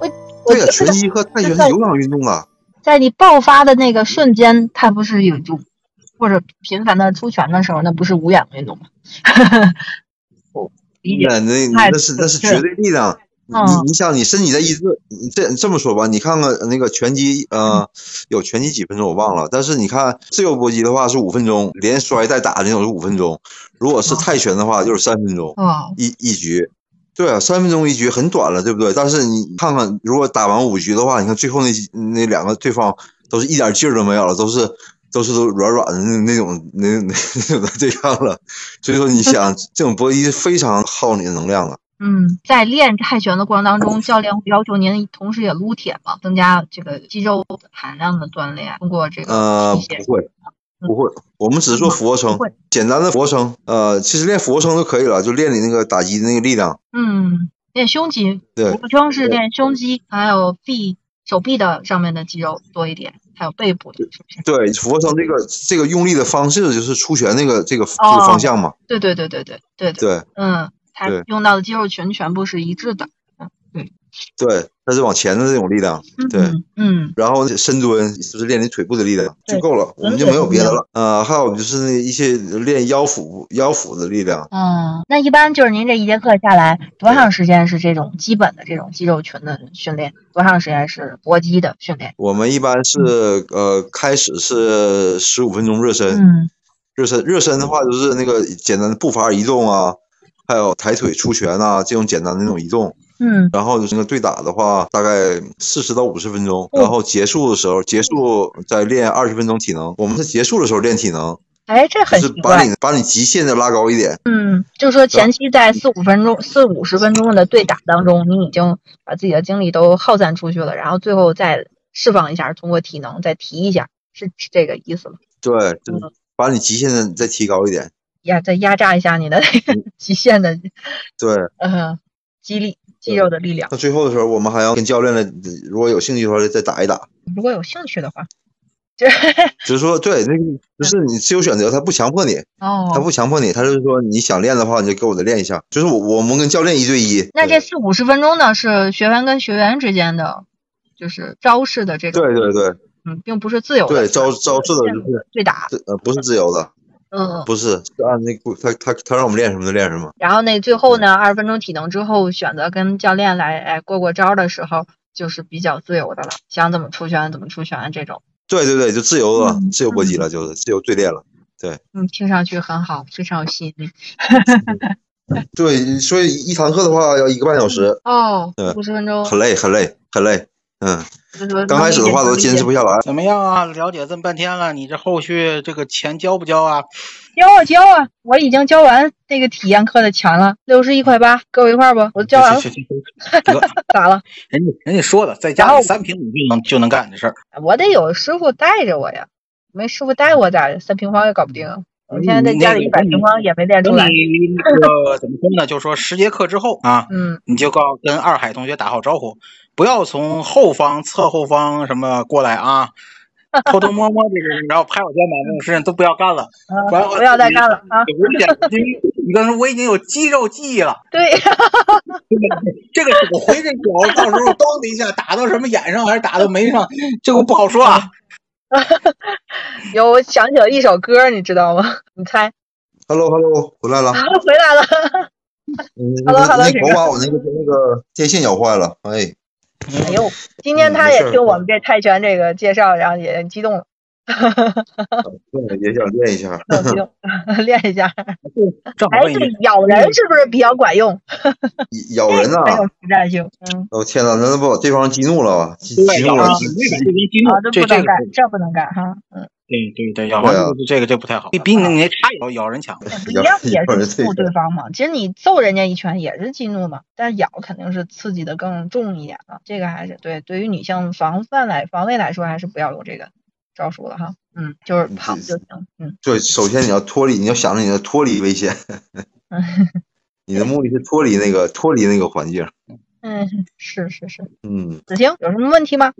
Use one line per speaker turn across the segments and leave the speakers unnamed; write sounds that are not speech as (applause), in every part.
我我
对呀，
记
纯
得
一和太
就
原
在
有氧运动啊，
在你爆发的那个瞬间，它不是有就或者频繁的出拳的时候，那不是无氧运动 (laughs) 吗？我理解
那那
太
那是那是
对
绝对力量。你
嗯
你想，你身体的意志，你这这么说吧，你看看那个拳击，
嗯
呃，有拳击几分钟我忘了，但是你看自由搏击的话是五分钟，连摔带打的那种是五分钟，如果是
哦
泰拳的话就是三分钟
哦，
一一局，对啊，三分钟一局很短了，对不对？但是你看看，如果打完五局的话，你看最后那几那两个对方都是一点劲儿都没有了，都是都是都软软的那那种那那 (laughs) 那种对抗了，所以说你想这种搏击是非常耗你的能量的。
嗯，在练泰拳的过程当中，教练会要求您同时也撸铁嘛，增加这个肌肉含量的锻炼，通过这
呃，
个器械。
不会，不会，我们只是做俯卧撑
嗯不会，
简单的俯卧撑。呃，其实练俯卧撑就可以了，就练你那个打击的那个力量。
嗯，练胸肌，
对
俯卧撑是
对
练胸肌，还有臂、手臂的上面的肌肉多一点，还有背部的，是不是？
对，俯卧撑这个这个用力的方式就是出拳那个这个这
哦
个方向嘛。
对对对对对对对，
对
嗯，它
对
用到的肌肉群全部是一致的。
对，它是往前的这种力量。对
嗯嗯
然后深蹲就是练你腿部的力量
对嗯
就够了，我们就没有别的了。呃，还有就是一些练腰腹腰腹的力量。
嗯，那一般就是您这一节课下来，多长时间是这种基本的这种肌肉群的训练？多长时间是搏击的训练？
我们一般是呃开始是十五分钟热身，
嗯
热身，热身的话就是那个简单的步伐移动啊，还有抬腿出拳啊，这种简单的那种移动。
嗯
然后就是那个对打的话，大概四十到五十分钟。
嗯
然后结束的时候，结束再练二十分钟体能。我们是结束的时候练体能，
哎，这
就
很
是
奇
把
怪。
你把你极限的拉高一点。
嗯，就是说前期在四五分钟、四五十分钟的对打当中，你已经把自己的精力都耗散出去了，然后最后再释放一下，通过体能再提一下，是是这个意思吗？
对，就是
嗯
把你极限的再提高一点。
压再压榨一下你的 (laughs) 那个极限的
对，
呃肌力、肌
对
肉的力量。
那最后的时候，我们还要跟教练的，如果有兴趣的话，再打一打。
如果有兴趣的话，
只是说，对，那个就是你自由选择，他不强迫你，他
哦，
不强迫你，他就是说你想练的话，你就给我再练一下。就是我我们跟教练一对一。
那这
对
四五十分钟呢，是学员跟学员之间的，就是招式的这个，
对对对
嗯，并不是自由的，
对，
是吧
招招式的
限
就
制
是
对打，
自呃不是自由的，
嗯。
不是是按那规他他他让我们练什么就练什么。
然后那最后呢，二十分钟体能之后，选择跟教练来哎过过招的时候，就是比较自由的了，想怎么出拳怎么出拳这种。
对对对，就自由了
嗯，
自由搏击了，就是自由对练了。
嗯，听上去很好，非常有吸引力。
对，所以一堂课的话要一个半小时，
哦
对，
五十分钟，
很累很累很累。嗯，
就是说
刚开始的话都坚持不下来。
怎么样啊？了解这么半天了，你这后续这个钱交不交啊？
交啊交啊，我已经交完那个体验课的钱了，六十一块八，给我一块儿不？我交完了
去，去去去得，
咋了？
人家人家说了，在
然
家
后
里三瓶你就能就能干这事儿。
我得有师傅带着我呀，没师傅带我咋三平方也搞不定啊？我现在在家里一百平方也没练
等
出来。
你那个怎么说呢？就说十节课之后啊，
嗯，
你就告跟二海同学打好招呼，不要从后方、侧后方什么过
(laughs)
来啊，偷偷摸摸这个，然后拍我肩膀这种事情都不要干了，
啊
完了
不要再干了啊！
有危险。因为你刚才说我已经有肌肉记忆了。
对， (laughs)
这个手挥这脚，到时候咚的一下打到什么眼上还是打到眉上，这个不好说啊。
有，我想起了一首歌，你知道吗？ (laughs) 你猜？
Hello Hello，回来了
啊。，回来了！
嗯，那
Hello，Hello，
个
谁
我
呀
把我那个那个电线咬坏了，哎，
嗯
哎呦，今天他
没
也
事儿
(laughs)
听我们这泰拳这个介绍，然后也激动了。
对，也想练一下。
行， (laughs) 练一下。
正好
哎，
问一
对
句，，
咬人是不是比较管用？
咬人呐、
啊哎
很有实战性。嗯，
我、天哪，那把我对方激怒了吧？激
对
激
咬
怒
人
了，
没法
激
对
激
人激
啊，
怒，
这
这
不
这
能
个
干，这不能干 (laughs) 哈。嗯，
对对对，咬人
对啊
这个这个这不太好，啊比你那插咬咬人强。
不一
咬
样也
咬人
是
这
激怒
个
对方嘛。其实你揍人家一拳也是激怒嘛，但是咬肯定是刺激的更重一点啊。这个还是对，对于女性防范来防卫来说，还是不要用这个招数了哈。嗯，就是跑就行。嗯，
对，首先你要脱离，你要想着你要脱离危
(laughs)
险，你的目的是脱离那个脱离那个环境。
嗯， (laughs) 是是是。
嗯，
子清有什么问题吗？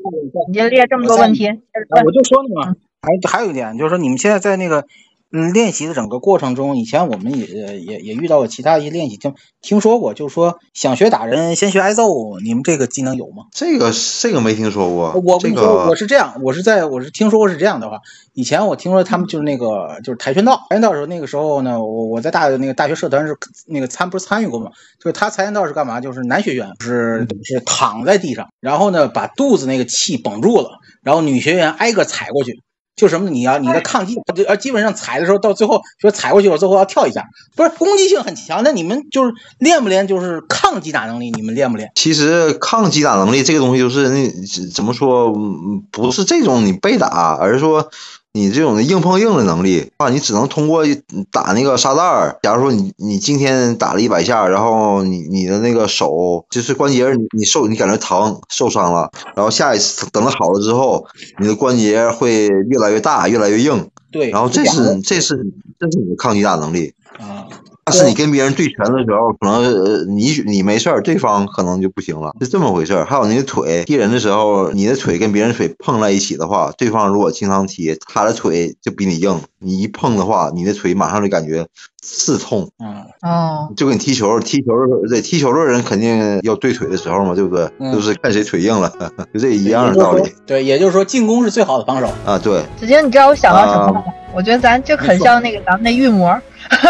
你这列这么多问题，接着
啊，
问
我就说
嗯
呢嘛，还还有一点就是说，你们现在在那个嗯练习的整个过程中，以前我们也也也遇到过其他一些练习，听听说过，就是说想学打人先学挨揍，你们这个技能有吗？
这个这个没听说过。
我跟
这
你说，我
个
是这样，我是在我是听说过是这样的话，以前我听说他们就是那个就是跆拳道，跆拳道的时候那个时候呢，我我在大那个大学社团是那个参不是参与过嘛，就是他跆拳道是干嘛？就是男学员
嗯
就是是躺在地上，然后呢把肚子那个气绷住了，然后女学员挨个踩过去。就什么你要你的抗击，呃，基本上踩的时候到最后说踩过去，我最后要跳一下，不是攻击性很强。那你们就是练不练就是抗击打能力？你们练不练？
其实抗击打能力这个东西，就是那怎怎么说，嗯不是这种你被打，而是说你这种硬碰硬的能力啊，你只能通过打那个沙袋儿。假如说你你今天打了一百下，然后你你的那个手就是关节儿你你受你感觉疼受伤了，然后下一次等它好了之后，你的关节会越来越大，越来越硬，
对，
然后这
两个
是这是这是你的抗击打能力。
啊。
但是你跟别人对拳的时候，可能呃你你没事儿，对方可能就不行了，是这么回事儿。还有你的腿踢人的时候，你的腿跟别人腿碰在一起的话，对方如果经常踢，他的腿就比你硬，你一碰的话，你的腿马上就感觉刺痛，
嗯
哦，
就跟你踢球，踢球的时候对踢球的人肯定要对腿的时候嘛，对不对？
嗯
就是看谁腿硬了， (laughs) 就这一样的道理。
对，也就是说进攻是最好的防守。
啊。对，
子清，你知道我想到什么了吗？我觉得咱这很像那个咱们的预膜， (laughs)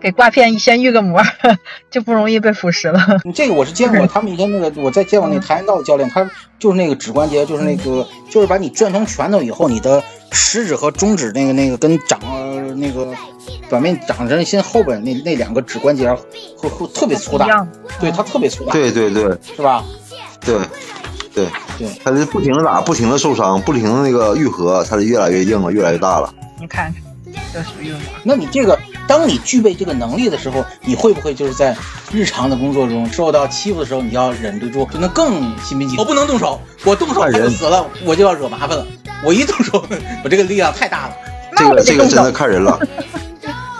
给挂片先预个膜， (laughs) 就不容易被腐蚀了。
嗯这个我是见过，他们以前那个我在见过那个跆拳道的教练，他就是那个指关节，就是那个就是把你攥成拳头以后，你的食指和中指那个那个跟掌呃那个表面掌针心后边那那两个指关节啊会会特别粗
一
大，
样，
对，它特别粗大，
对对对
是吧？
对对
对，
他是不停的打，不停的受伤，不停的那个愈合，他就越来越硬了，越来越大了。
你看看，这属于预膜。
那你这个，当你具备这个能力的时候，你会不会就是在日常的工作中受到欺负的时候，你要忍得住，就能更心平气和？我不能动手，我动手
换
他
人
就死了，我就要惹麻烦了。我一动手， (laughs) 我这个力量太大了。
这
那我
个
得
这个
动
真的
手，
看人了，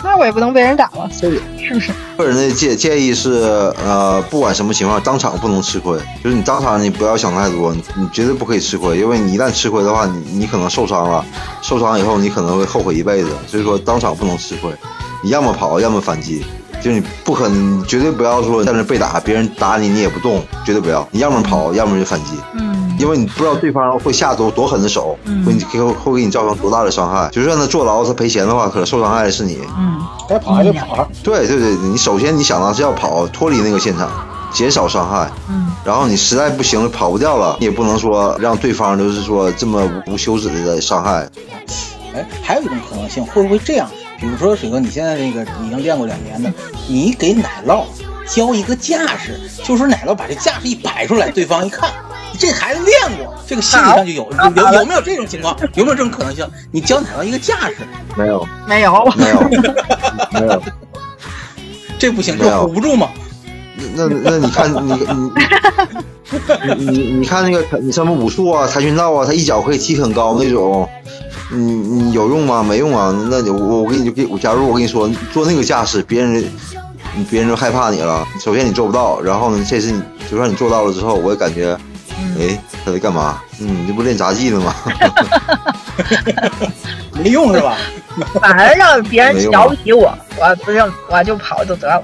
那我也不能被人打了，
这个
是不是？
个人的建建议是，呃，不管什么情况，当场不能吃亏，就是你当场你不要想太多，你你绝对不可以吃亏，因为你一旦吃亏的话，你你可能受伤了，受伤以后你可能会后悔一辈子，所以说当场不能吃亏，你要么跑，要么反击。就是你不可能，你绝对不要说在那被打，别人打你你也不动，绝对不要。你要么跑，要么就反击。
嗯，
因为你不知道对方会下多多狠的手，
嗯
会给会给你造成多大的伤害。就算他坐牢，他赔钱的话，可能受伤害的是你。
嗯，
该跑还得跑了。
对对对，你首先你想到是要跑，脱离那个现场，减少伤害。
嗯，
然后你实在不行了，跑不掉了，你也不能说让对方就是说这么无休止的伤害。
哎，还有一种可能性，会不会这样？比如说，水哥，你现在这个已经练过两年的，你给奶酪教一个架势，就说奶酪把这架势一摆出来，对方一看，这孩子练过，这个心理上就有有有没有这种情况？有没有这种可能性？你教奶酪一个架势，
没有，
没有，
没有，没 (laughs) 有。
这不行，
没有
这唬不住吗？
那那你看你你你你你看那个你什么武术啊、跆拳道啊，他一脚可以踢很高那种，你你有用吗？没用啊！那你我我给你就给我，假如我跟你说做那个架势，别人你别人就害怕你了。首先你做不到，然后呢，这次你就算你做到了之后，我也感觉，哎，他在干嘛？嗯，这不练杂技呢吗？ (laughs)
没用是吧？
反而让别
没
人
用
瞧
啊
不起我，我不用，我就跑就得了。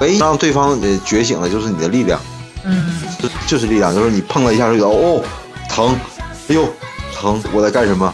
唯一让对方呃觉醒的就是你的力量。
嗯，
就就是力量，就是你碰了一下就觉得哦疼，哎呦疼，我在干什么？